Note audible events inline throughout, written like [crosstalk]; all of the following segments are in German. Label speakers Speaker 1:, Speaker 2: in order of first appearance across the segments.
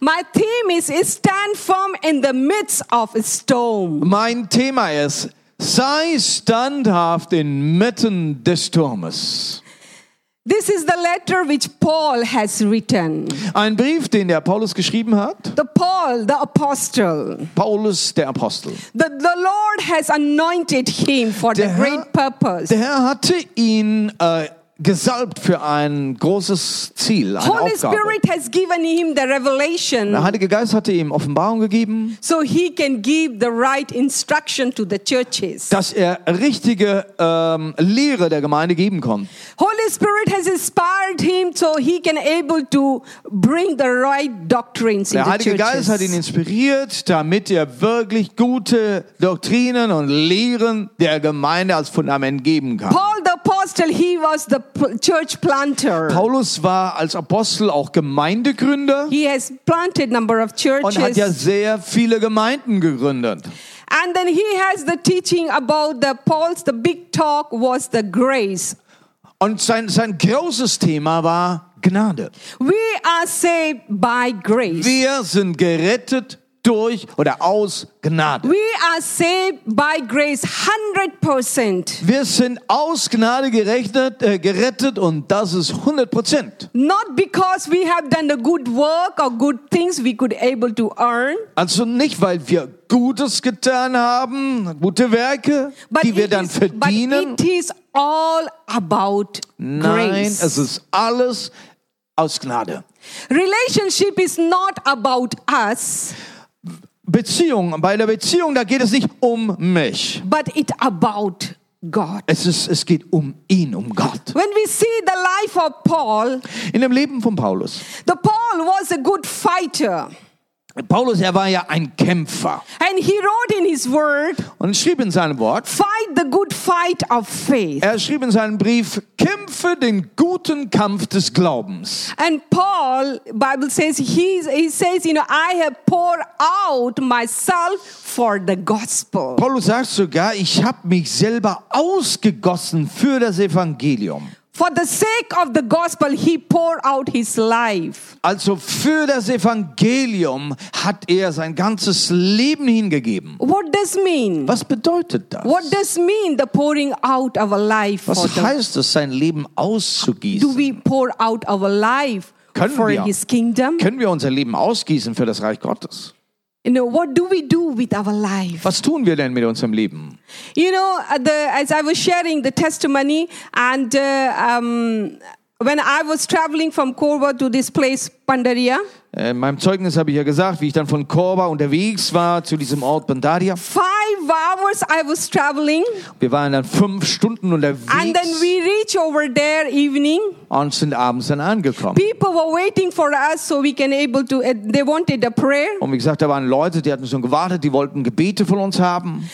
Speaker 1: My theme is stand firm in the midst of a storm.
Speaker 2: Mein Thema ist, sei standhaft inmitten des Sturmes.
Speaker 1: This is the letter which Paul has written.
Speaker 2: Ein Brief, den der Paulus geschrieben hat.
Speaker 1: The Paul, the apostle.
Speaker 2: Paulus, der Apostel.
Speaker 1: The, the Lord has anointed him for the
Speaker 2: Der Herr-
Speaker 1: great purpose.
Speaker 2: Der Herr hatte ihn äh, gesalbt für ein großes Ziel, eine
Speaker 1: Holy
Speaker 2: Aufgabe.
Speaker 1: Spirit has given him the revelation
Speaker 2: Der Heilige Geist hatte ihm Offenbarung gegeben,
Speaker 1: so he can give the right instruction to the churches.
Speaker 2: dass er richtige ähm, Lehre der Gemeinde geben konnte.
Speaker 1: Holy Spirit has inspired him so he can able to bring the right doctrines in
Speaker 2: Der
Speaker 1: the
Speaker 2: Heilige Geist hat ihn
Speaker 1: churches.
Speaker 2: inspiriert, damit er wirklich gute Doktrinen und Lehren der Gemeinde als Fundament geben kann.
Speaker 1: Paul the apostle, he was the p- church planter.
Speaker 2: Paulus war als Apostel auch Gemeindegründer
Speaker 1: He has planted number of
Speaker 2: und hat ja
Speaker 1: churches.
Speaker 2: sehr viele Gemeinden gegründet.
Speaker 1: And then he has the teaching about the Paul's, the big talk was the grace.
Speaker 2: Und sein, sein großes Thema war Gnade.
Speaker 1: We are saved by grace.
Speaker 2: Wir sind gerettet durch oder aus Gnade.
Speaker 1: We are saved by grace 100%.
Speaker 2: Wir sind aus Gnade gerechnet, äh, gerettet und das ist 100 Prozent.
Speaker 1: Not because we have done the good work or good things we could able to earn.
Speaker 2: Also nicht, weil wir Gutes getan haben, gute Werke,
Speaker 1: But
Speaker 2: die wir
Speaker 1: it
Speaker 2: dann
Speaker 1: is-
Speaker 2: verdienen.
Speaker 1: But it is all about
Speaker 2: Nein,
Speaker 1: grace.
Speaker 2: es ist alles aus Gnade.
Speaker 1: Relationship is not about us,
Speaker 2: Beziehung, bei der Beziehung, da geht es nicht um mich.
Speaker 1: but it about God.
Speaker 2: Es, ist, es geht um ihn, um Gott.
Speaker 1: When we see the life of Paul,
Speaker 2: In dem Leben von Paulus.
Speaker 1: the Paul was a good fighter.
Speaker 2: Paulus, er war ja ein Kämpfer
Speaker 1: And he wrote in his word,
Speaker 2: und schrieb in seinem Wort,
Speaker 1: fight the good fight of faith.
Speaker 2: er schrieb in seinem Brief, kämpfe den guten Kampf des Glaubens.
Speaker 1: And Paul, Bible says, he, he says, you know, I have poured out myself for the gospel.
Speaker 2: Paulus sagt sogar, ich habe mich selber ausgegossen für das Evangelium.
Speaker 1: For the sake of the gospel, he poured out his life.
Speaker 2: Also für das Evangelium hat er sein ganzes Leben hingegeben.
Speaker 1: What does mean?
Speaker 2: Was bedeutet das?
Speaker 1: What does mean the pouring out our life for
Speaker 2: Was
Speaker 1: the,
Speaker 2: heißt es, sein Leben
Speaker 1: Do
Speaker 2: auszugießen?
Speaker 1: we pour out our life
Speaker 2: Können
Speaker 1: for
Speaker 2: wir.
Speaker 1: his kingdom?
Speaker 2: Können wir unser Leben ausgießen für das Reich Gottes?
Speaker 1: You know, what do we do with our life?
Speaker 2: Was tun wir denn mit unserem Leben?
Speaker 1: You know, uh, the, as I was sharing the testimony, and uh, um, when I was traveling from Korba to this place, Pandaria,
Speaker 2: Äh, In meinem Zeugnis habe ich ja gesagt, wie ich dann von Korba unterwegs war zu diesem Ort Bandaria.
Speaker 1: five hours I was traveling,
Speaker 2: Wir waren dann fünf Stunden
Speaker 1: and then
Speaker 2: unterwegs
Speaker 1: we reach over there evening.
Speaker 2: und sind abends dann angekommen.
Speaker 1: people were waiting for us so we can able to uh, they wanted a prayer
Speaker 2: Und wie gesagt, da waren Leute, die hatten schon gewartet, die wollten Gebete von uns haben.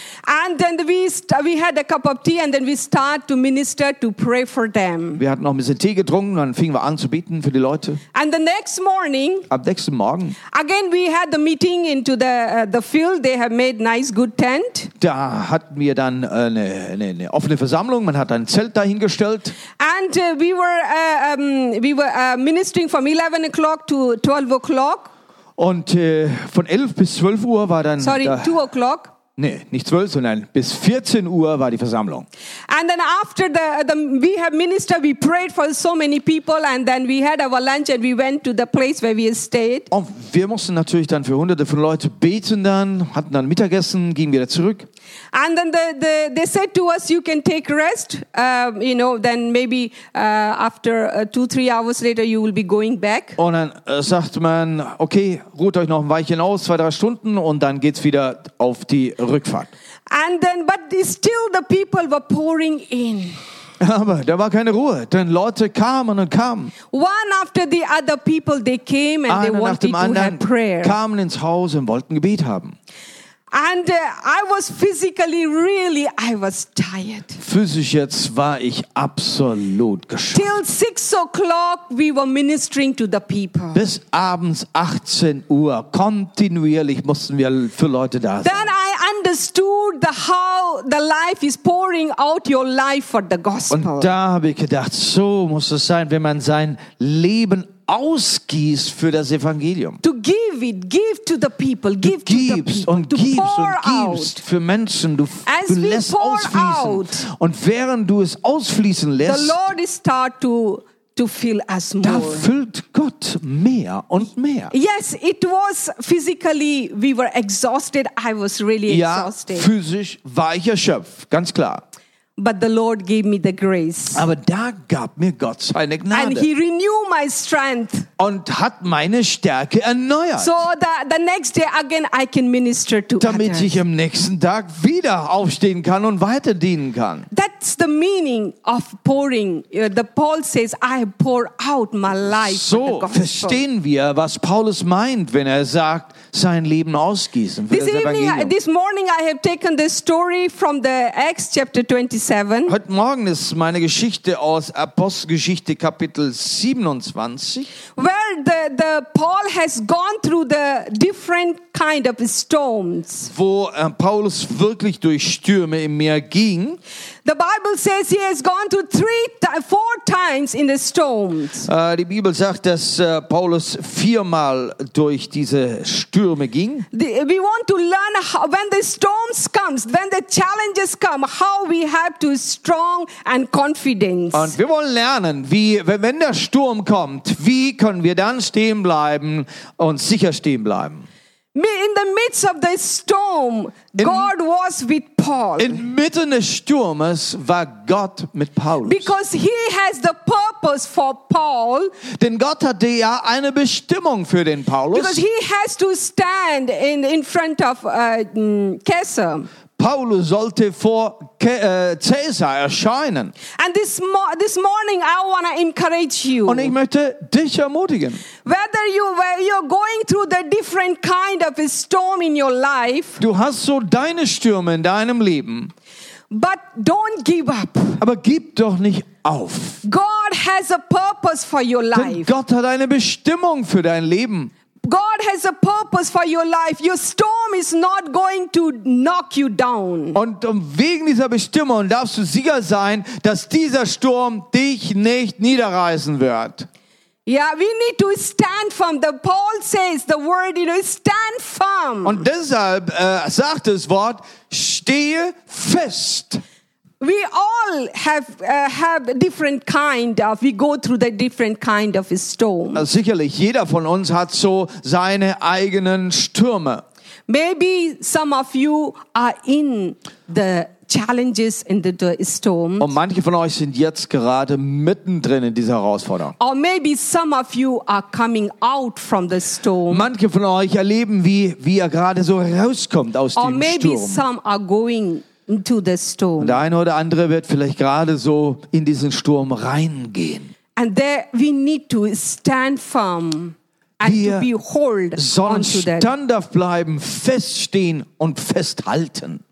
Speaker 1: and then we st- we had a cup of tea and then we start to minister to pray for them
Speaker 2: Wir hatten noch ein bisschen Tee getrunken, dann fingen wir an zu beten für die Leute.
Speaker 1: and the next morning
Speaker 2: Am nächsten Morgen,
Speaker 1: again we had the meeting into the uh, the field they have made nice good tent
Speaker 2: da hatten wir dann äh, eine, eine, eine offene Versammlung. Man hat ein Zelt dahingestellt.
Speaker 1: and uh, we were uh, um, we were uh, ministering from 11 o'clock to 12 o'clock
Speaker 2: Und äh, von 11 bis 12 Uhr war dann...
Speaker 1: sorry
Speaker 2: da,
Speaker 1: 2 o'clock
Speaker 2: nee, nicht 12, sondern bis 14 Uhr war die Versammlung.
Speaker 1: And then after the, the we have ministered, we prayed for so many people, and then we had our lunch and we went to the place where we stayed.
Speaker 2: Und wir mussten natürlich dann für hunderte von Leute beten dann, hatten dann Mittagessen, gingen wieder zurück.
Speaker 1: And then the, the, they said to us, "You can take rest. Um, you know, then maybe uh, after uh, two three hours later, you will be going back."
Speaker 2: Und dann äh, sagt man, okay, ruht euch noch ein Weilchen aus, zwei, drei Stunden und dann geht's wieder auf die Rückfahrt. [laughs]
Speaker 1: And then, but still, the people were pouring in,
Speaker 2: Aber da war keine Ruhe, denn Leute kamen und kamen.
Speaker 1: one after the other. People they came and they
Speaker 2: Einer nach
Speaker 1: wanted
Speaker 2: dem
Speaker 1: to have
Speaker 2: anderen
Speaker 1: prayer.
Speaker 2: kamen ins Haus und wollten Gebet haben.
Speaker 1: And uh, I was physically really, I was tired.
Speaker 2: Physisch jetzt war ich absolut geschockt.
Speaker 1: Till six o'clock, we were ministering to the people.
Speaker 2: Bis abends 18 Uhr kontinuierlich mussten wir für Leute da sein.
Speaker 1: Then I understood the how the life is pouring out your life for the
Speaker 2: Und
Speaker 1: gospel.
Speaker 2: da habe ich gedacht, so muss es sein, wenn man sein Leben ausgießt für das Evangelium.
Speaker 1: to give it, give to the people, give to the
Speaker 2: Gibst
Speaker 1: people,
Speaker 2: und
Speaker 1: to
Speaker 2: gibst
Speaker 1: pour
Speaker 2: und gibst
Speaker 1: out.
Speaker 2: für Menschen. Du,
Speaker 1: As
Speaker 2: du
Speaker 1: we
Speaker 2: lässt
Speaker 1: pour
Speaker 2: ausfließen.
Speaker 1: out,
Speaker 2: Und während du es ausfließen
Speaker 1: The
Speaker 2: lässt,
Speaker 1: Lord is start to to fill us
Speaker 2: da
Speaker 1: more.
Speaker 2: füllt Gott mehr und mehr.
Speaker 1: Yes, it was physically we were exhausted. I was really
Speaker 2: Ja,
Speaker 1: exhausted.
Speaker 2: physisch war ich erschöpft, ganz klar.
Speaker 1: But the Lord gave me the grace.
Speaker 2: Aber da gab mir Gott seine
Speaker 1: And
Speaker 2: Gnade
Speaker 1: he renewed my strength
Speaker 2: und hat meine Stärke erneuert,
Speaker 1: so that the next day again I can minister to
Speaker 2: damit
Speaker 1: others.
Speaker 2: ich am nächsten Tag wieder aufstehen kann und weiter dienen kann.
Speaker 1: That's the meaning of pouring. Uh, The Paul says, "I pour out my life for
Speaker 2: So
Speaker 1: the gospel."
Speaker 2: verstehen wir, was Paulus meint, wenn er sagt, sein Leben ausgießen für
Speaker 1: This
Speaker 2: das
Speaker 1: evening,
Speaker 2: Evangelium.
Speaker 1: this morning, I have taken this story from the Acts chapter 27.
Speaker 2: Heute Morgen ist meine Geschichte aus Apostelgeschichte Kapitel 27,
Speaker 1: where the, the paul has gone through the different kind of storms
Speaker 2: wo äh, Paulus wirklich durch Stürme im Meer ging.
Speaker 1: the bible says he has gone through three ti- four times in the storms
Speaker 2: Äh, die Bibel sagt, dass äh, Paulus viermal durch diese Stürme ging.
Speaker 1: The- we want to learn how, when the storms comes when the challenges come how we have to strong and confidence
Speaker 2: Und wir wollen lernen, wie, wenn wenn der Sturm kommt, wie können wir dann stehen bleiben und sicher stehen bleiben.
Speaker 1: Me- in the midst of the storm
Speaker 2: In-
Speaker 1: god was with paul
Speaker 2: Inmitten des Sturmes war Gott mit Paulus.
Speaker 1: because he has the purpose for paul
Speaker 2: Denn Gott hatte ja eine Bestimmung für den
Speaker 1: because
Speaker 2: Paulus.
Speaker 1: he has to stand in, in front of uh, mm, Caesar.
Speaker 2: Paulus sollte vor Kä- äh, Cäsar erscheinen.
Speaker 1: And this, mo- this morning, I want to encourage you.
Speaker 2: Und ich möchte dich ermutigen,
Speaker 1: Whether you where you're going through the different kind of a storm in your life,
Speaker 2: du hast so deine Stürme in deinem Leben,
Speaker 1: but don't give up.
Speaker 2: aber gib doch nicht auf.
Speaker 1: God has a purpose for your
Speaker 2: Denn
Speaker 1: life.
Speaker 2: Gott hat eine Bestimmung für dein Leben.
Speaker 1: God has a purpose for your life. Your storm is not going to knock you down.
Speaker 2: Und um- wegen dieser Bestimmung darfst du sicher sein, dass dieser Sturm dich nicht niederreißen wird.
Speaker 1: Yeah, we need to stand firm. The Paul says the word, you know, stand firm.
Speaker 2: Und deshalb äh, sagt das Wort, stehe fest.
Speaker 1: we all have uh, have different kind of we go through the different kind of storm
Speaker 2: Also sicherlich, jeder von uns hat so seine eigenen Stürme.
Speaker 1: maybe some of you are in the challenges in the, the storm
Speaker 2: Und manche von euch sind jetzt gerade mittendrin in dieser Herausforderung.
Speaker 1: or maybe some of you are coming out from the storm
Speaker 2: Manche von euch erleben, wie, wie er gerade so rauskommt aus
Speaker 1: or
Speaker 2: dem
Speaker 1: maybe
Speaker 2: Sturm.
Speaker 1: some are going into the
Speaker 2: Und
Speaker 1: storm
Speaker 2: der eine oder andere wird vielleicht gerade so in diesen Sturm reingehen.
Speaker 1: and there we need to stand firm and
Speaker 2: Wir
Speaker 1: to be hold
Speaker 2: Sollen
Speaker 1: onto that
Speaker 2: standhaft bleiben, feststehen und festhalten.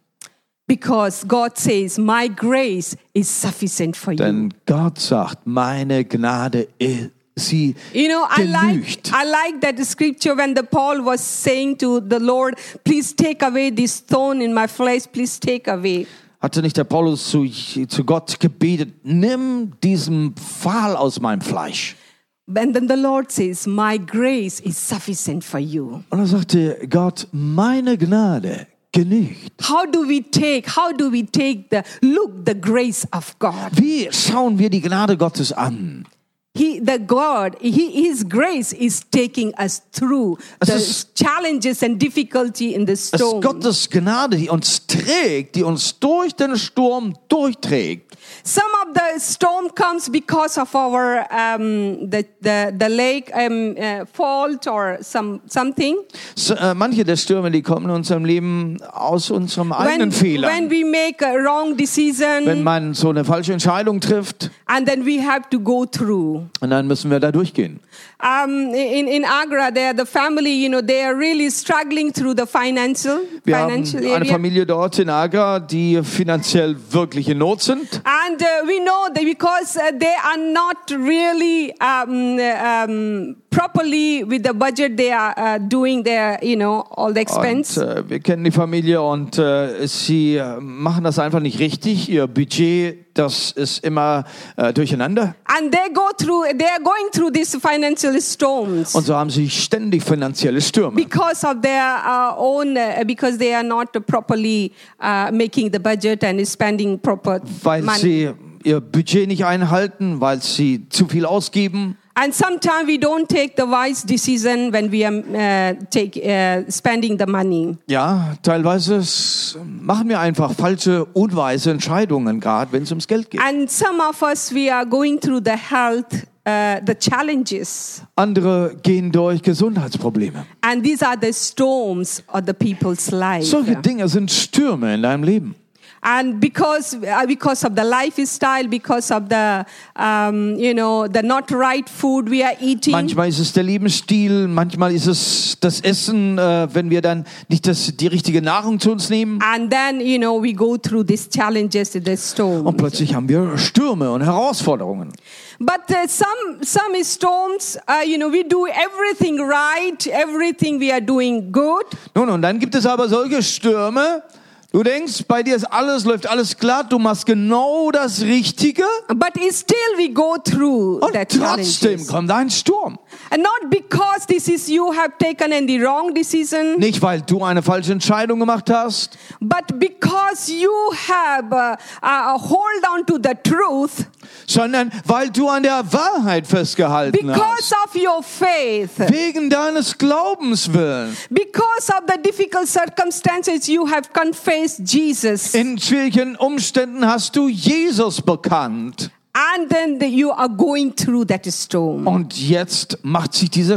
Speaker 1: because god says my grace is sufficient for you
Speaker 2: Denn Gott sagt, meine Gnade, eh, sie
Speaker 1: You know, I
Speaker 2: genügt.
Speaker 1: like I like that scripture when the Paul was saying to the Lord, "Please take away this thorn in my flesh. Please take away."
Speaker 2: Hatte nicht der Paulus zu, zu Gott gebetet, nimm diesen Pfahl aus meinem Fleisch.
Speaker 1: And then the Lord says, "My grace is sufficient for you."
Speaker 2: Und er sagte Gott, meine Gnade genügt.
Speaker 1: How do we take? How do we take the look the grace of God?
Speaker 2: Wie schauen wir die Gnade Gottes an?
Speaker 1: He, the God, He His grace is taking us through
Speaker 2: Es
Speaker 1: the
Speaker 2: ist-
Speaker 1: challenges and difficulty in the
Speaker 2: Es ist
Speaker 1: storm.
Speaker 2: Gottes Gnade, die uns trägt, die uns durch den Sturm durchträgt.
Speaker 1: Some of the storm comes because of our um, the, the the lake um, uh, fault or some something.
Speaker 2: So, äh, manche der Stürme, die kommen in unserem Leben aus unserem
Speaker 1: When,
Speaker 2: eigenen Fehler.
Speaker 1: when we make a wrong
Speaker 2: Wenn
Speaker 1: decision
Speaker 2: man so eine falsche Entscheidung trifft
Speaker 1: and then we have to go through. through.
Speaker 2: Und dann müssen wir da durchgehen.
Speaker 1: Um, in, in Agra, there the family, you know, they are really struggling through the financial
Speaker 2: Wir haben
Speaker 1: financial
Speaker 2: eine
Speaker 1: area.
Speaker 2: Familie dort in Agra, die finanziell wirklich in Not sind.
Speaker 1: And uh, we know that because uh, they are not really um, um, properly with the budget, they are uh, doing their, you know, all the
Speaker 2: Und
Speaker 1: expense.
Speaker 2: äh, wir kennen die Familie und äh, sie äh, machen das einfach nicht richtig. Ihr Budget, das ist immer äh, durcheinander.
Speaker 1: and they go through, they are going through these financial storms
Speaker 2: Und so haben sie ständig finanzielle Stürme.
Speaker 1: because of their uh, own, uh, because they are not properly uh, making the budget and spending proper
Speaker 2: Weil
Speaker 1: money.
Speaker 2: sie ihr Budget nicht einhalten, weil sie zu viel ausgeben.
Speaker 1: And sometimes we don't take the wise decision when we are uh, take, uh, spending the money.
Speaker 2: Ja, teilweise s- machen wir einfach falsche, unweise Entscheidungen, gerade wenn es ums Geld geht.
Speaker 1: And some of us, we are going through the health, uh, the challenges.
Speaker 2: Andere gehen durch Gesundheitsprobleme.
Speaker 1: And these are the storms of the people's life.
Speaker 2: Solche Dinge sind Stürme in deinem Leben.
Speaker 1: and because, uh, because of the lifestyle, because of the, um, you know, the not right food we are eating.
Speaker 2: Manchmal ist es der Lebensstil, manchmal ist es das Essen, äh, wenn wir dann nicht das, die richtige Nahrung zu uns nehmen.
Speaker 1: and then, you know, we go through these challenges, the storms.
Speaker 2: Und plötzlich haben wir Stürme und Herausforderungen.
Speaker 1: But uh, some some storms, uh, you know, we do everything right, everything we are doing good,
Speaker 2: Nun, und dann gibt es aber solche Stürme. Du denkst, bei dir ist alles, läuft alles glatt, du machst genau das Richtige.
Speaker 1: but it's still we go through
Speaker 2: Und
Speaker 1: that
Speaker 2: trotzdem
Speaker 1: challenges.
Speaker 2: kommt ein Sturm.
Speaker 1: And not because this is you have taken in the wrong decision,
Speaker 2: Nicht, weil du eine falsche Entscheidung gemacht hast,
Speaker 1: but because you have uh, uh, hold on to the truth
Speaker 2: sondern weil du an der Wahrheit festgehalten
Speaker 1: because
Speaker 2: hast.
Speaker 1: of your faith,
Speaker 2: Wegen deines Glaubens willen.
Speaker 1: because of the difficult circumstances you have confessed Jesus,
Speaker 2: In schwierigen Umständen hast du Jesus bekannt.
Speaker 1: and then the, you are going through that storm.
Speaker 2: Und jetzt macht sich dieser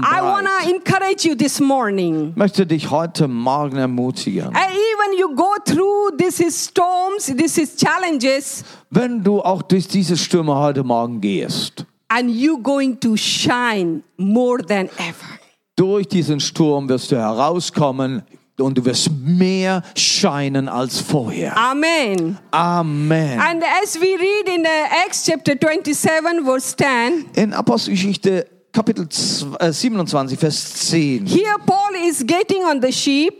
Speaker 1: I
Speaker 2: breit.
Speaker 1: want to encourage you this morning.
Speaker 2: Ich möchte dich heute Morgen ermutigen.
Speaker 1: And even you go through these storms, these challenges,
Speaker 2: Wenn du auch durch diese Stürme heute Morgen gehst,
Speaker 1: and you going to shine more than ever.
Speaker 2: durch diesen Sturm wirst du herauskommen und du wirst mehr scheinen als vorher.
Speaker 1: Amen.
Speaker 2: Amen.
Speaker 1: And as we read in uh, Acts chapter 27, verse 10,
Speaker 2: In Apostelgeschichte Kapitel zw- äh, 27, Vers 10.
Speaker 1: here Paul is getting on the ship.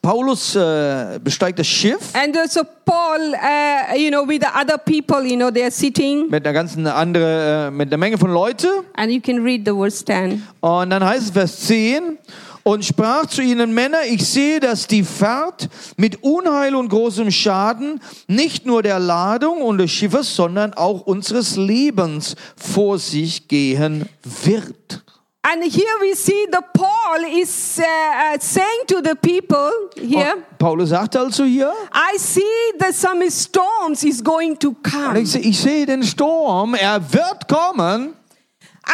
Speaker 2: Paulus äh, besteigt das Schiff
Speaker 1: And uh, so Paul, uh, you know, with the other people, you know, they are sitting.
Speaker 2: mit einer ganzen andere, äh, mit einer Menge von Leute.
Speaker 1: And you can read the verse 10.
Speaker 2: Und dann heißt es Vers 10, und sprach zu ihnen Männer, ich sehe, dass die Fahrt mit Unheil und großem Schaden nicht nur der Ladung und des Schiffes, sondern auch unseres Lebens vor sich gehen wird.
Speaker 1: And here we see the Paul is uh, uh, saying to the people here.
Speaker 2: Und Paulus sagt also hier,
Speaker 1: I see that some storms is going to come.
Speaker 2: ich sehe, ich sehe den Sturm, er wird kommen.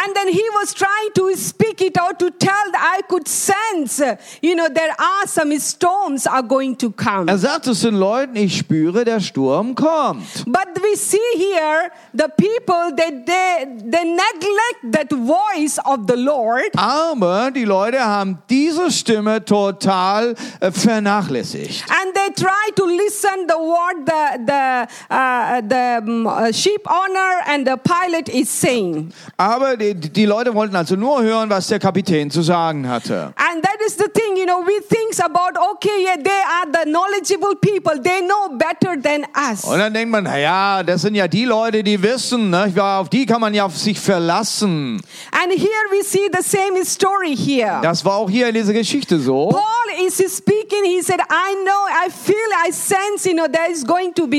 Speaker 1: And then he was trying to speak it out to tell that I could sense, uh, you know, there are some storms are going to come.
Speaker 2: Er sagt es den Leuten, ich spüre, der Sturm kommt.
Speaker 1: But we see here the people that they, they neglect that voice of the Lord.
Speaker 2: Aber die Leute haben diese Stimme total äh, vernachlässigt.
Speaker 1: And they try to listen the word the the uh, the um, uh, ship owner and the pilot is saying,
Speaker 2: Aber die, die Leute wollten also nur hören, was der Kapitän zu sagen hatte.
Speaker 1: And that is the thing, you know, we think about, okay, yeah, they are the knowledgeable people. They know better than us.
Speaker 2: Und dann denkt man, naja, das sind ja die Leute, die wissen, ne? Ja, auf die kann man ja auf sich verlassen.
Speaker 1: And here we see the same story here.
Speaker 2: Das war auch hier in dieser Geschichte so.
Speaker 1: Paul is speaking. He said, I know, I feel, I sense, you know, there is going to be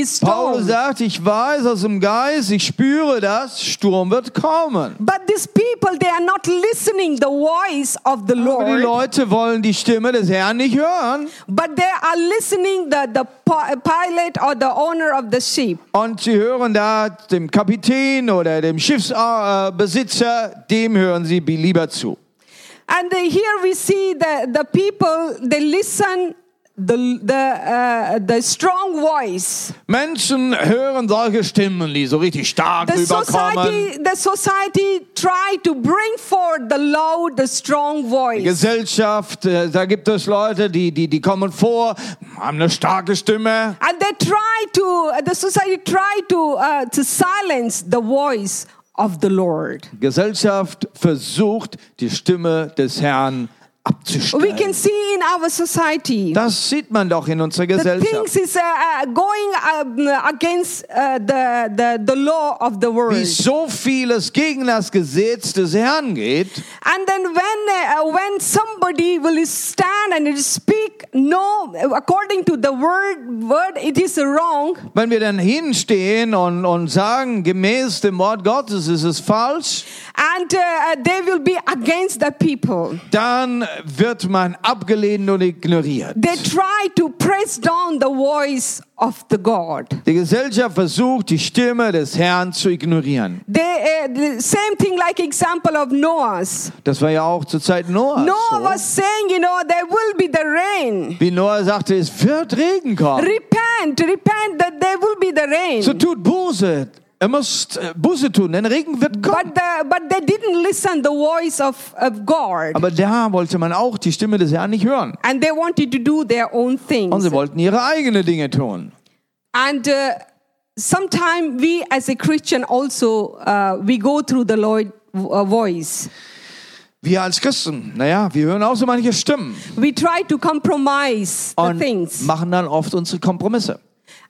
Speaker 1: storm.
Speaker 2: Paulus sagt, ich weiß aus dem Geist, ich spüre das, Sturm wird kommen.
Speaker 1: But these people, they are not listening the voice of the
Speaker 2: Aber die
Speaker 1: Lord,
Speaker 2: Leute wollen die Stimme des Herrn nicht hören.
Speaker 1: but they are listening the, the pi- pilot or the owner of the ship.
Speaker 2: Und sie hören da dem Kapitän oder dem Schiffsbesitzer, dem hören sie lieber zu.
Speaker 1: And uh, here we see the, the people, they listen the, the, uh, the strong voice.
Speaker 2: Menschen hören solche Stimmen, die so richtig stark
Speaker 1: The
Speaker 2: rüberkommen.
Speaker 1: society, the society try to bring forth the loud, the strong voice.
Speaker 2: Gesellschaft, äh, da gibt es Leute, die, die, die kommen vor, haben eine starke Stimme.
Speaker 1: And they try to, the society try to, uh, to silence the voice of the Lord.
Speaker 2: Gesellschaft versucht, die Stimme des Herrn
Speaker 1: We
Speaker 2: abzustellen.
Speaker 1: can see in our society.
Speaker 2: Das sieht man doch in unserer
Speaker 1: the
Speaker 2: Gesellschaft.
Speaker 1: things is uh, uh, going um, against uh, the, the, the law of the world.
Speaker 2: Wie so vieles gegen das Gesetz des Herrn geht,
Speaker 1: And then when uh, when somebody will stand and speak no according to the word word it is wrong
Speaker 2: wenn wir dann hinstehen und, und sagen, gemäß dem Wort Gottes ist es falsch,
Speaker 1: and uh, they will be against the people.
Speaker 2: dann wird man abgelehnt und ignoriert.
Speaker 1: They try to press down the voice of the God.
Speaker 2: Die Gesellschaft versucht, die Stimme des Herrn zu ignorieren.
Speaker 1: They, uh, the same thing like example of Noah's.
Speaker 2: Das war ja auch zur Zeit Noahs.
Speaker 1: Noah was
Speaker 2: Ah, so.
Speaker 1: saying, you know, there will be the rain.
Speaker 2: Wie Noah sagte, es wird Regen kommen.
Speaker 1: Repent, repent that there will be the rain.
Speaker 2: Um, So tut Buße. Er muss äh, Buße tun, denn Regen wird kommen.
Speaker 1: but, the, but they didn't listen the voice of, of God.
Speaker 2: Aber da wollte man auch die Stimme des Herrn nicht hören.
Speaker 1: and they wanted to do their own
Speaker 2: Und
Speaker 1: things.
Speaker 2: sie wollten ihre eigenen Dinge tun.
Speaker 1: And uh, sometimes we, as a Christian, also uh, we go through the Lord uh, voice.
Speaker 2: Wir als Christen, naja, wir hören auch so manche Stimmen
Speaker 1: We try to compromise the
Speaker 2: und
Speaker 1: things,
Speaker 2: machen dann oft unsere Kompromisse.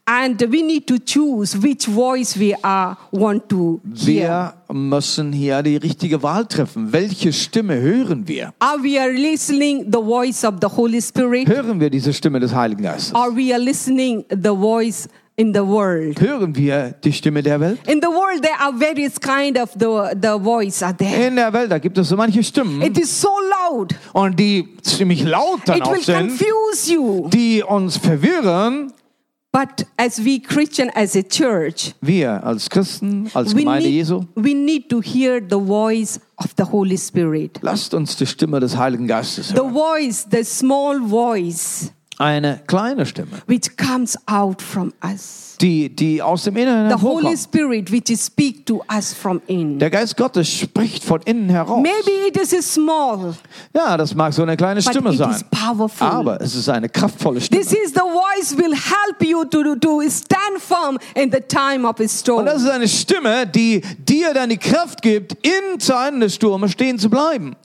Speaker 1: and we need to choose which voice we are want to
Speaker 2: Wir
Speaker 1: hear.
Speaker 2: müssen hier die richtige Wahl treffen. Welche Stimme hören wir?
Speaker 1: Are we are listening the voice of the Holy Spirit?
Speaker 2: Hören wir diese Stimme des Heiligen Geistes?
Speaker 1: Are we are listening the voice in the world?
Speaker 2: Hören wir die Stimme der Welt?
Speaker 1: In the world, there are various kind of the the voice are there.
Speaker 2: In der Welt, da gibt es so manche Stimmen
Speaker 1: It is so loud.
Speaker 2: und die ziemlich laut dann
Speaker 1: It
Speaker 2: auch
Speaker 1: will
Speaker 2: sind,
Speaker 1: confuse you.
Speaker 2: die uns verwirren.
Speaker 1: But as we Christian, as a church,
Speaker 2: Wir als Christen, als
Speaker 1: we
Speaker 2: Gemeinde
Speaker 1: need,
Speaker 2: Jesu,
Speaker 1: we need to hear the voice of the Holy Spirit.
Speaker 2: lasst uns die Stimme des Heiligen Geistes
Speaker 1: The
Speaker 2: hören.
Speaker 1: voice, the small voice
Speaker 2: Eine kleine Stimme,
Speaker 1: which comes out from us.
Speaker 2: die, die aus dem Inneren
Speaker 1: The Holy
Speaker 2: hervorkommt.
Speaker 1: Spirit which is speak to us from in.
Speaker 2: Der Geist Gottes spricht von innen heraus.
Speaker 1: Maybe it is small,
Speaker 2: Ja, das mag so eine kleine
Speaker 1: but
Speaker 2: Stimme
Speaker 1: it
Speaker 2: sein.
Speaker 1: is powerful.
Speaker 2: Aber es ist eine kraftvolle Stimme.
Speaker 1: This is the voice will help you to, to stand firm in the time of a
Speaker 2: Und
Speaker 1: storm.
Speaker 2: das ist eine Stimme, die dir dann die Kraft gibt, in Zeiten des Sturmes stehen zu bleiben.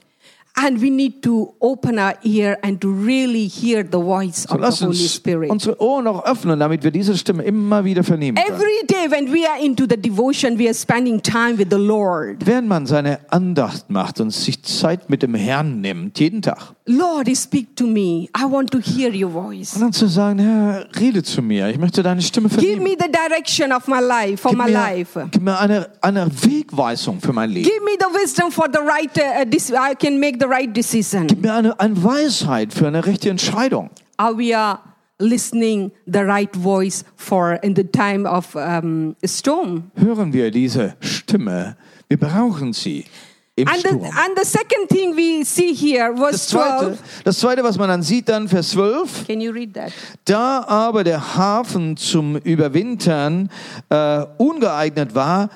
Speaker 1: And we need to open our ear and to really hear the voice
Speaker 2: So
Speaker 1: of the
Speaker 2: lass
Speaker 1: Holy
Speaker 2: uns
Speaker 1: Spirit.
Speaker 2: unsere Ohren auch öffnen, damit wir diese Stimme immer wieder vernehmen können.
Speaker 1: Every day when we are into the devotion, we are spending time with the Lord.
Speaker 2: Wenn man seine Andacht macht und sich Zeit mit dem Herrn nimmt, jeden Tag,
Speaker 1: Lord, speak to me. I want to hear your voice.
Speaker 2: und dann zu sagen, Herr, rede zu mir, ich möchte deine Stimme
Speaker 1: Give
Speaker 2: vernehmen.
Speaker 1: me the direction of my life, for my life.
Speaker 2: mir, gib mir eine, eine Wegweisung für mein Leben.
Speaker 1: Give me the wisdom for the right, uh, this, I can make the right decision.
Speaker 2: Gib mir eine, eine Weisheit für eine rechte Entscheidung.
Speaker 1: Are we uh, listening the right voice for in the time of um, storm?
Speaker 2: Hören wir diese Stimme, wir brauchen sie im
Speaker 1: And
Speaker 2: Sturm.
Speaker 1: the, and the second thing we see here,
Speaker 2: Das
Speaker 1: verse
Speaker 2: zweite,
Speaker 1: 12.
Speaker 2: das zweite, was man dann sieht, dann Vers 12.
Speaker 1: Can you read that?
Speaker 2: Da aber der Hafen zum Überwintern äh, ungeeignet war,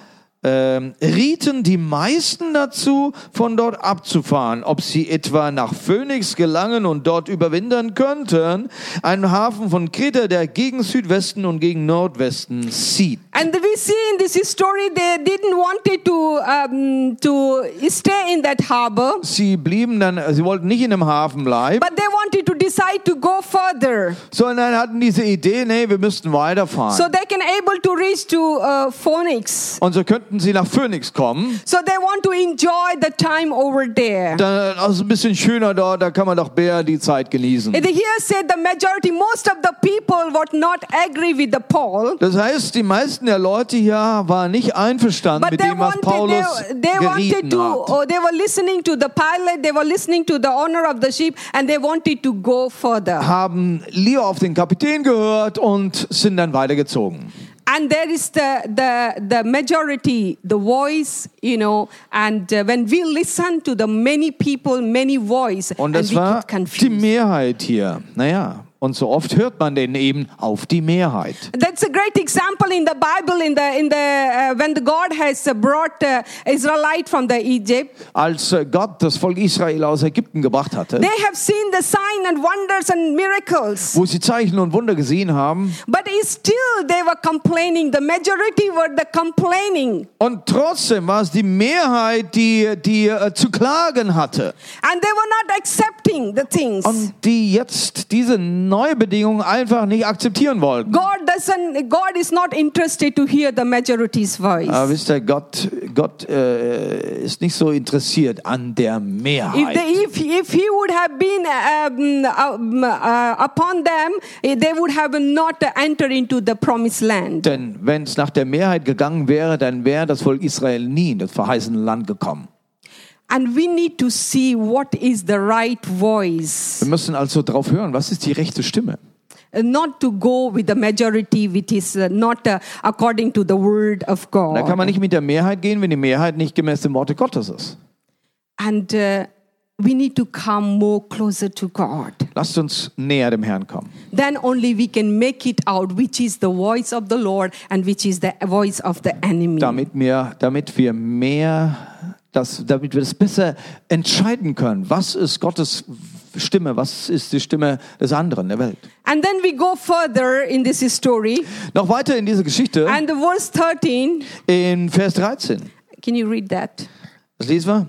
Speaker 2: ähm, rieten die meisten dazu, von dort abzufahren, ob sie etwa nach Phoenix gelangen und dort überwintern könnten, einem Hafen von Kreta, der gegen Südwesten und gegen Nordwesten zieht.
Speaker 1: And we see in this story they didn't want it to um, to stay in that harbor,
Speaker 2: Sie blieben dann, sie wollten nicht in einem Hafen bleiben,
Speaker 1: but they wanted to decide to go further,
Speaker 2: sondern hatten diese Idee, nee, wir müssten weiterfahren.
Speaker 1: so they can able to reach to uh, Phoenix.
Speaker 2: Und so könnten sie nach Phoenix kommen.
Speaker 1: So they want to enjoy the time over there.
Speaker 2: Da ist ein bisschen schöner dort, da kann man doch mehr die Zeit genießen.
Speaker 1: And here said the majority, most of the people would not agree with the Paul,
Speaker 2: Das heißt, die meisten der Leute hier waren nicht einverstanden
Speaker 1: but
Speaker 2: mit
Speaker 1: they
Speaker 2: dem, was
Speaker 1: wanted
Speaker 2: Paulus
Speaker 1: they, they wanted
Speaker 2: gerieten
Speaker 1: to.
Speaker 2: hat.
Speaker 1: Oh, they were listening to the pilot, they were listening to the owner of the ship, and they wanted to go further.
Speaker 2: Haben lieber auf den Kapitän gehört und sind dann weitergezogen.
Speaker 1: and there is the the the majority the voice you know and uh, when we listen to the many people many voice and
Speaker 2: Und das
Speaker 1: we
Speaker 2: war
Speaker 1: get
Speaker 2: die
Speaker 1: confused
Speaker 2: Mehrheit hier. Naja, Und so oft hört man den eben auf die Mehrheit.
Speaker 1: That's a great example in the Bible in the in the uh, when the God has uh, brought uh, Israelite from the Egypt
Speaker 2: Als äh, Gott das Volk Israel aus Ägypten gebracht hatte,
Speaker 1: they have seen the sign and wonders and miracles
Speaker 2: wo sie Zeichen und Wunder gesehen haben,
Speaker 1: but it's still they were complaining the majority were the complaining
Speaker 2: und trotzdem war es die Mehrheit, die, die äh, zu klagen hatte.
Speaker 1: and they were not accepting the things
Speaker 2: Und die jetzt diese Neubedingungen einfach nicht akzeptieren wollten.
Speaker 1: God doesn't God is not interested to hear the majority's voice
Speaker 2: Aber wisst ihr, Gott, Gott äh, ist nicht so interessiert an der
Speaker 1: If,
Speaker 2: Mehrheit.
Speaker 1: they, if, if he would have been um, um, uh, upon them, eh, they would have not entered into the promised land.
Speaker 2: Denn wenn es nach der Mehrheit gegangen wäre, dann wäre das Volk Israel nie in das verheißene Land gekommen.
Speaker 1: And we need to see what is the right voice,
Speaker 2: Wir müssen also drauf hören, was ist die rechte Stimme?
Speaker 1: eh, not to go with the majority, which is uh, not uh, according to the word of
Speaker 2: Da kann
Speaker 1: God.
Speaker 2: man nicht mit der Mehrheit gehen, wenn die Mehrheit nicht gemäß dem Worte Gottes ist.
Speaker 1: And uh, we need to come more closer to God.
Speaker 2: Lasst uns näher dem Herrn kommen.
Speaker 1: Then only we can make it out which is the voice of the Lord and which is the voice of the enemy.
Speaker 2: damit wir, damit wir mehr, das, damit wir das besser entscheiden können. Was ist Gottes Stimme? Was ist die Stimme des anderen der Welt?
Speaker 1: And then we go further in this story.
Speaker 2: Noch weiter in diese Geschichte,
Speaker 1: And the verse 13,
Speaker 2: in Vers 13.
Speaker 1: can you read that?
Speaker 2: Das lesen wir.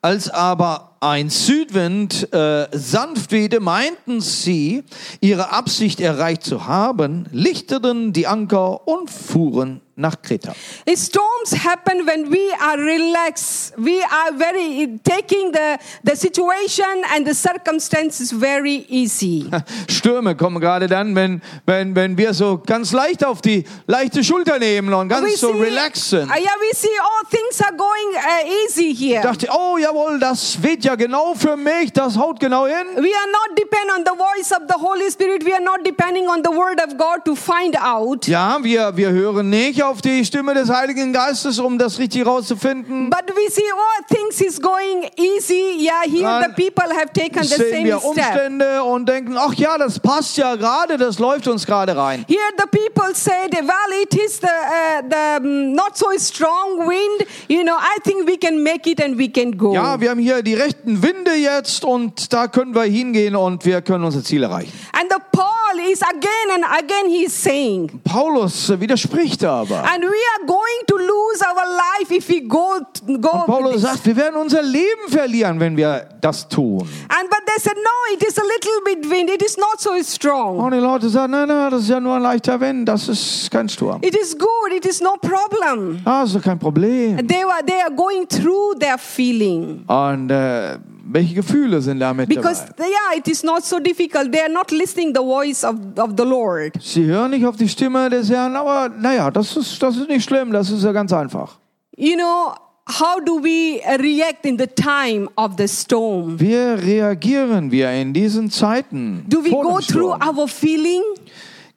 Speaker 2: Als aber ein Südwind äh, sanft wehte, meinten sie, ihre Absicht erreicht zu haben, lichteten die Anker und fuhren nach Kreta.
Speaker 1: Storms happen when we are relaxed. We are very taking the, the situation and the circumstances very easy.
Speaker 2: Stürme kommen gerade dann, wenn, wenn, wenn wir so ganz leicht auf die leichte Schulter nehmen und ganz so relaxed sind.
Speaker 1: Uh, yeah, we see all things are going uh, easy here.
Speaker 2: Ich dachte, oh jawohl, das weht ja genau für mich, das haut genau hin.
Speaker 1: we are not depend on the voice of the Holy Spirit. We are not depending on the word of God to find out.
Speaker 2: Ja, wir, wir hören nicht auf die Stimme des Heiligen Geistes, um das richtig rauszufinden.
Speaker 1: But we see all things is going easy. Yeah, here
Speaker 2: Dann
Speaker 1: the people have taken the
Speaker 2: Sehen
Speaker 1: same
Speaker 2: wir
Speaker 1: step.
Speaker 2: Umstände und denken, ach ja, das passt ja gerade, das läuft uns gerade rein.
Speaker 1: Here the people said, well, it is the, uh, the um, not so strong wind. You know, I think we can make it and we can go.
Speaker 2: Ja, wir haben hier die rechten Winde jetzt und da können wir hingehen und wir können unser Ziel erreichen.
Speaker 1: and the Paul is again and again he is saying,
Speaker 2: Paulus äh, widerspricht aber.
Speaker 1: and we are going to lose our life if we go go.
Speaker 2: Paulus
Speaker 1: with this.
Speaker 2: sagt, wir werden unser Leben verlieren, wenn wir das tun.
Speaker 1: And but they said, no, it is a little bit wind. It is not so strong.
Speaker 2: Und die Leute sagen, nein, nein, das ist ja nur ein leichter Wind, das ist kein Sturm.
Speaker 1: It is good. It is no problem.
Speaker 2: Ah, ist doch kein Problem.
Speaker 1: They were they are going through their feeling.
Speaker 2: Und äh, welche Gefühle sind damit
Speaker 1: Because
Speaker 2: dabei?
Speaker 1: yeah, it is not so difficult. They are not listening the voice of, of the Lord.
Speaker 2: Sie hören nicht auf die Stimme des Herrn, aber naja, das ist, das ist nicht schlimm, das ist ja ganz einfach.
Speaker 1: You know, how do we uh, react in the time of the storm?
Speaker 2: Wie reagieren wir in diesen Zeiten?
Speaker 1: Do we
Speaker 2: vor dem
Speaker 1: go through
Speaker 2: Sturm?
Speaker 1: our feeling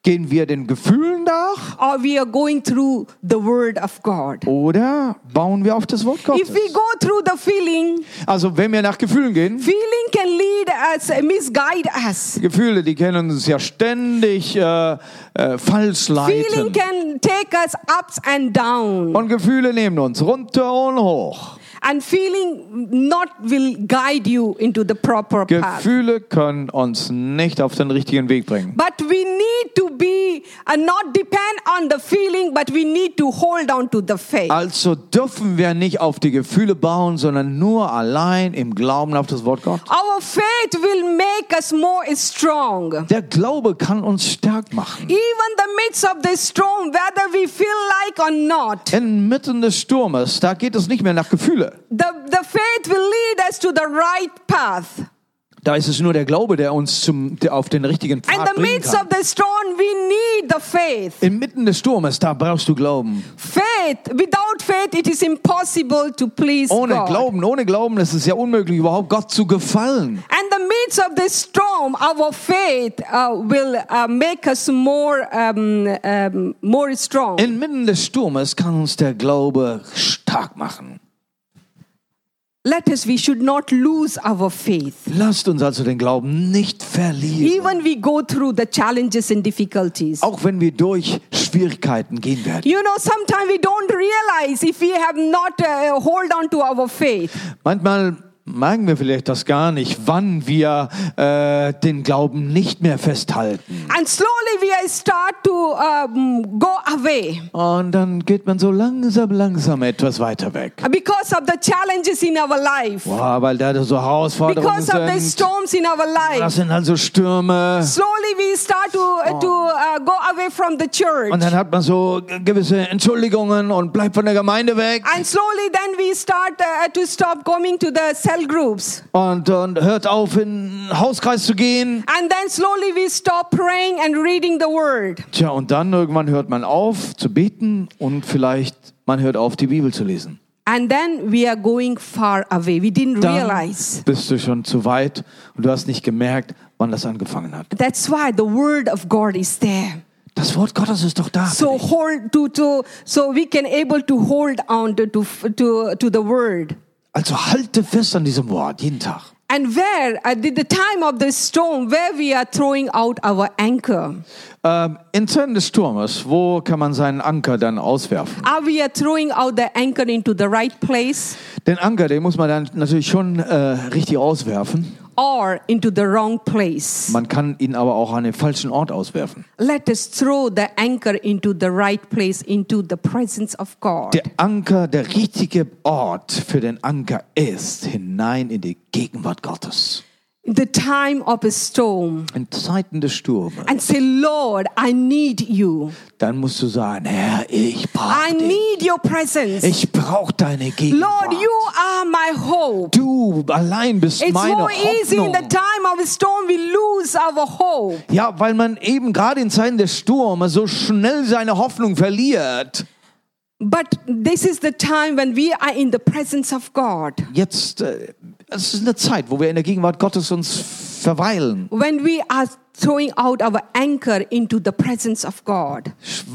Speaker 2: Gehen wir den Gefühlen nach
Speaker 1: or we are going through the word of God?
Speaker 2: oder bauen wir auf das Wort Gottes?
Speaker 1: If we go through the feeling,
Speaker 2: Also wenn wir nach Gefühlen gehen,
Speaker 1: feeling can lead us, misguide us.
Speaker 2: Gefühle, die können uns ja ständig äh, äh, falsch
Speaker 1: Feeling
Speaker 2: leiten.
Speaker 1: can take us ups and down,
Speaker 2: Und Gefühle nehmen uns runter und hoch.
Speaker 1: and feeling not will guide you into the proper path.
Speaker 2: Gefühle können uns nicht auf den richtigen Weg bringen.
Speaker 1: But we need to be and not depend on the feeling, but we need to hold on to the faith.
Speaker 2: Also dürfen wir nicht auf die Gefühle bauen, sondern nur allein im Glauben auf das Wort Gottes.
Speaker 1: Our faith will make us more strong.
Speaker 2: Der Glaube kann uns stark machen.
Speaker 1: Even the midst of the storm, whether we feel like or
Speaker 2: Eh?
Speaker 1: not,
Speaker 2: Inmitten des Sturmes, da geht es nicht mehr nach Gefühle.
Speaker 1: the, the faith will lead us to the right path.
Speaker 2: Da ist es nur der Glaube, der uns zum, der auf den richtigen
Speaker 1: In
Speaker 2: Pfad
Speaker 1: the
Speaker 2: bringen
Speaker 1: midst
Speaker 2: kann.
Speaker 1: of the storm, we need the faith.
Speaker 2: Inmitten des Sturmes, da brauchst du Glauben.
Speaker 1: Faith, without faith, it is impossible to please
Speaker 2: Ohne
Speaker 1: God.
Speaker 2: Glauben, ohne Glauben ist es ja unmöglich, überhaupt Gott zu gefallen.
Speaker 1: And the midst of the storm, our faith uh, will uh, make us more, um, um, more strong.
Speaker 2: Inmitten des Sturmes kann uns der Glaube stark machen.
Speaker 1: Let us, we should not lose our faith.
Speaker 2: Lasst uns also den Glauben nicht verlieren.
Speaker 1: Even we go through the challenges and difficulties.
Speaker 2: Auch wenn wir durch Schwierigkeiten gehen werden.
Speaker 1: You know, sometimes we don't realize if we have not uh, hold on to our faith.
Speaker 2: Manchmal merken wir vielleicht das gar nicht, wann wir äh, den Glauben nicht mehr festhalten.
Speaker 1: And slowly we are start to um, go away
Speaker 2: Und dann geht man so langsam, langsam etwas weiter weg.
Speaker 1: because of the challenges in our life,
Speaker 2: Boah, weil da so Herausforderungen
Speaker 1: because of the
Speaker 2: sind.
Speaker 1: storms in our
Speaker 2: Das
Speaker 1: life.
Speaker 2: sind also Stürme.
Speaker 1: Slowly we start to, uh, to uh, go away from the church.
Speaker 2: Und dann hat man so gewisse Entschuldigungen und bleibt von der Gemeinde weg
Speaker 1: And slowly then we start uh, to stop going to the cell groups.
Speaker 2: und, und hört auf, in den Hauskreis zu gehen.
Speaker 1: And then slowly we stop praying and reading the word.
Speaker 2: Tja, und dann irgendwann hört man auf zu beten und vielleicht man hört auf, die Bibel zu lesen.
Speaker 1: And then we are going far away. We didn't
Speaker 2: Dann
Speaker 1: realize.
Speaker 2: bist du schon zu weit und du hast nicht gemerkt, wann das angefangen hat.
Speaker 1: That's why the word of God is there.
Speaker 2: Das Wort Gottes ist doch da.
Speaker 1: So hold to, to so we can able to hold on to, to to to the word.
Speaker 2: Also halte fest an diesem Wort jeden Tag.
Speaker 1: And where at the, the time of the storm, where we are throwing out our anchor,
Speaker 2: Ähm, in Zeiten des Sturmes, wo kann man seinen Anker dann auswerfen?
Speaker 1: are we are throwing out the anchor into the right place
Speaker 2: Den Anker, den muss man dann natürlich schon äh, richtig auswerfen.
Speaker 1: or into the wrong place?
Speaker 2: Man kann ihn aber auch an den falschen Ort auswerfen.
Speaker 1: Let us throw the anchor into the right place, into the presence of God.
Speaker 2: Der Anker, der richtige Ort für den Anker ist hinein in die Gegenwart Gottes.
Speaker 1: In the time of a storm.
Speaker 2: In Zeiten des Sturmes,
Speaker 1: And say, Lord, I need you.
Speaker 2: dann musst du sagen, Herr, ich
Speaker 1: I
Speaker 2: brauche dich.
Speaker 1: need your presence.
Speaker 2: Ich brauche deine Gegenwart.
Speaker 1: Lord, you are my hope.
Speaker 2: Du allein bist
Speaker 1: It's
Speaker 2: meine
Speaker 1: more easy in
Speaker 2: Hoffnung.
Speaker 1: the time of a storm, we lose our hope.
Speaker 2: Ja, weil man eben gerade in Zeiten des Sturmes so schnell seine Hoffnung verliert.
Speaker 1: But this is the time when we are in the presence of God,
Speaker 2: Jetzt, äh, es ist eine Zeit, wo wir in der Gegenwart Gottes uns verweilen.
Speaker 1: when we are throwing out our anchor into the presence of God.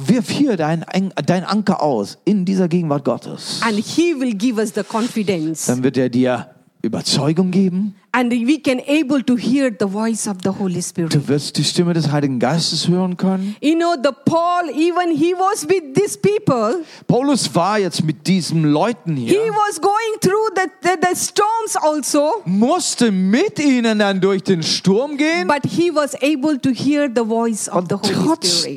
Speaker 2: Wirf hier dein, An- dein Anker aus in dieser Gegenwart Gottes.
Speaker 1: And He will give us the confidence.
Speaker 2: Dann wird er dir Überzeugung geben.
Speaker 1: and we can able to hear the voice of the holy spirit
Speaker 2: Du wirst die Stimme des Heiligen Geistes hören können.
Speaker 1: you know the paul even he was with these people
Speaker 2: Paulus war jetzt mit diesen Leuten
Speaker 1: he
Speaker 2: hier,
Speaker 1: was going through the, the, the storms also
Speaker 2: musste mit ihnen dann durch den Sturm gehen.
Speaker 1: but he was able to hear the voice of the holy spirit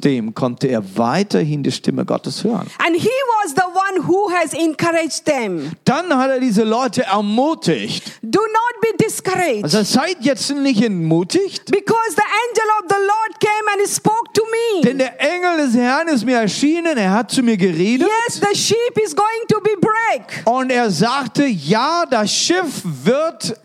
Speaker 2: Trotzdem konnte er weiterhin die Stimme Gottes hören.
Speaker 1: and he was the one who has encouraged them
Speaker 2: Dann hat er diese Leute ermutigt.
Speaker 1: do not be discouraged
Speaker 2: Also seid jetzt nicht entmutigt,
Speaker 1: because the angel of the lord came and spoke to me
Speaker 2: denn der Engel des Herrn ist mir erschienen, er hat zu mir geredet
Speaker 1: yes the sheep is going to be break
Speaker 2: und er sagte, ja, das Schiff wird
Speaker 1: but,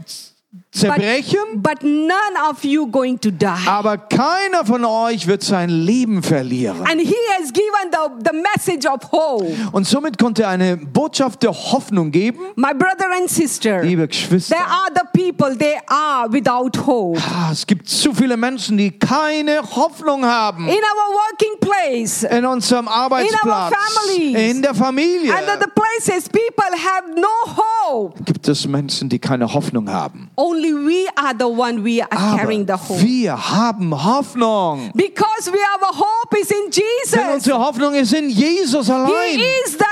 Speaker 2: zerbrechen,
Speaker 1: but none of you going to die
Speaker 2: aber keiner von euch wird sein Leben verlieren.
Speaker 1: And he has given the, the message of hope.
Speaker 2: Und somit konnte er eine Botschaft der Hoffnung geben,
Speaker 1: My brother and sister,
Speaker 2: liebe Geschwister.
Speaker 1: there are the people, they are without hope.
Speaker 2: ah, Es gibt zu viele Menschen, die keine Hoffnung haben.
Speaker 1: In our working place,
Speaker 2: in unserem Arbeitsplatz,
Speaker 1: families.
Speaker 2: in der Familie
Speaker 1: under the places, people have no hope.
Speaker 2: gibt es Menschen, die keine Hoffnung haben.
Speaker 1: Only we are the one Ah, we are
Speaker 2: Aber
Speaker 1: carrying the hope.
Speaker 2: wir haben Hoffnung.
Speaker 1: Because we our hope is in
Speaker 2: Denn
Speaker 1: Jesus.
Speaker 2: unsere Hoffnung ist in Jesus allein.
Speaker 1: He is the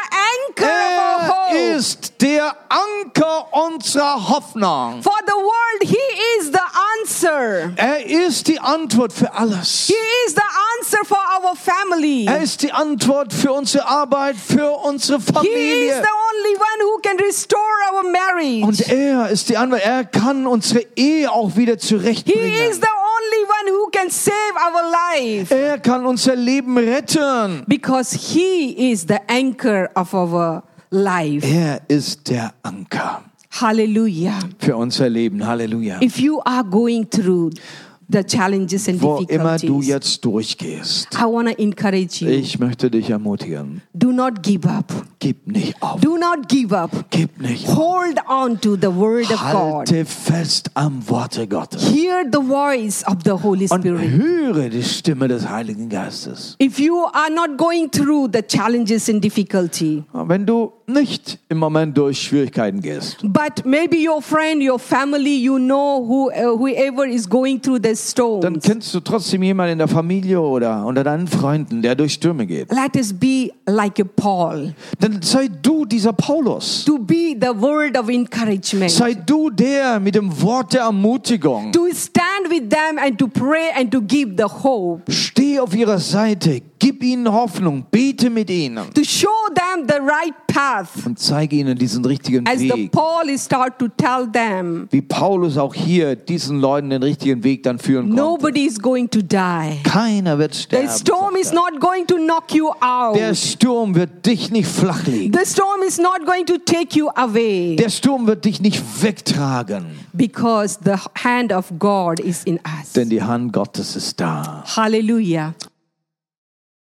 Speaker 1: anchor of our hope.
Speaker 2: Er ist der Anker unserer Hoffnung.
Speaker 1: For the world, he is the answer.
Speaker 2: Er ist die Antwort für alles.
Speaker 1: He is the answer for our family.
Speaker 2: Er ist die Antwort für unsere Arbeit, für unsere
Speaker 1: He is
Speaker 2: Familie.
Speaker 1: the only one who can restore our marriage.
Speaker 2: Und er ist die Antwort. Er kann unsere Ehe auch wieder
Speaker 1: He
Speaker 2: zurechtbringen.
Speaker 1: is the only one who can save our life
Speaker 2: Er kann unser Leben retten.
Speaker 1: because He is the anchor of our life.
Speaker 2: Er ist der Anker
Speaker 1: Hallelujah.
Speaker 2: für unser Leben. Halleluja.
Speaker 1: If you are going through the challenges and
Speaker 2: Wo immer du
Speaker 1: difficulties.
Speaker 2: jetzt durchgehst,
Speaker 1: I want to encourage you.
Speaker 2: ich möchte dich ermutigen.
Speaker 1: Do not give up.
Speaker 2: Gib nicht auf.
Speaker 1: Do not give up.
Speaker 2: Gib nicht auf.
Speaker 1: Hold on to the word of God.
Speaker 2: Halte fest am Worte Gottes.
Speaker 1: Hear the voice of the Holy
Speaker 2: Und
Speaker 1: Spirit.
Speaker 2: höre die Stimme des Heiligen Geistes.
Speaker 1: If you are not going through the challenges and difficulty,
Speaker 2: Wenn du nicht im Moment durch Schwierigkeiten gehst,
Speaker 1: but maybe your friend, your family, you know who uh, whoever is going through the
Speaker 2: dann
Speaker 1: storms.
Speaker 2: kennst du trotzdem jemanden in der Familie oder unter deinen Freunden, der durch Stürme geht.
Speaker 1: Let us be like a Paul.
Speaker 2: Dann sei du dieser Paulus.
Speaker 1: To be the word of encouragement.
Speaker 2: Sei du der mit dem Wort der Ermutigung.
Speaker 1: to stand with them and to pray and to give the hope.
Speaker 2: Steh auf ihrer Seite, gib ihnen Hoffnung, bete mit ihnen
Speaker 1: To show them the right path.
Speaker 2: und zeige ihnen diesen richtigen
Speaker 1: As the
Speaker 2: Weg.
Speaker 1: Paul is start to tell them,
Speaker 2: Wie Paulus auch hier diesen Leuten den richtigen Weg dann führen konnte.
Speaker 1: nobody is going to die.
Speaker 2: Keiner wird
Speaker 1: The
Speaker 2: sterben.
Speaker 1: storm
Speaker 2: sagt
Speaker 1: is
Speaker 2: er.
Speaker 1: not going to knock you
Speaker 2: Der
Speaker 1: out.
Speaker 2: Sturm wird dich nicht flach liegen.
Speaker 1: The storm is not going to take you away
Speaker 2: Der Sturm wird dich nicht wegtragen,
Speaker 1: because the hand of God is in us.
Speaker 2: denn die Hand Gottes ist da.
Speaker 1: Hallelujah.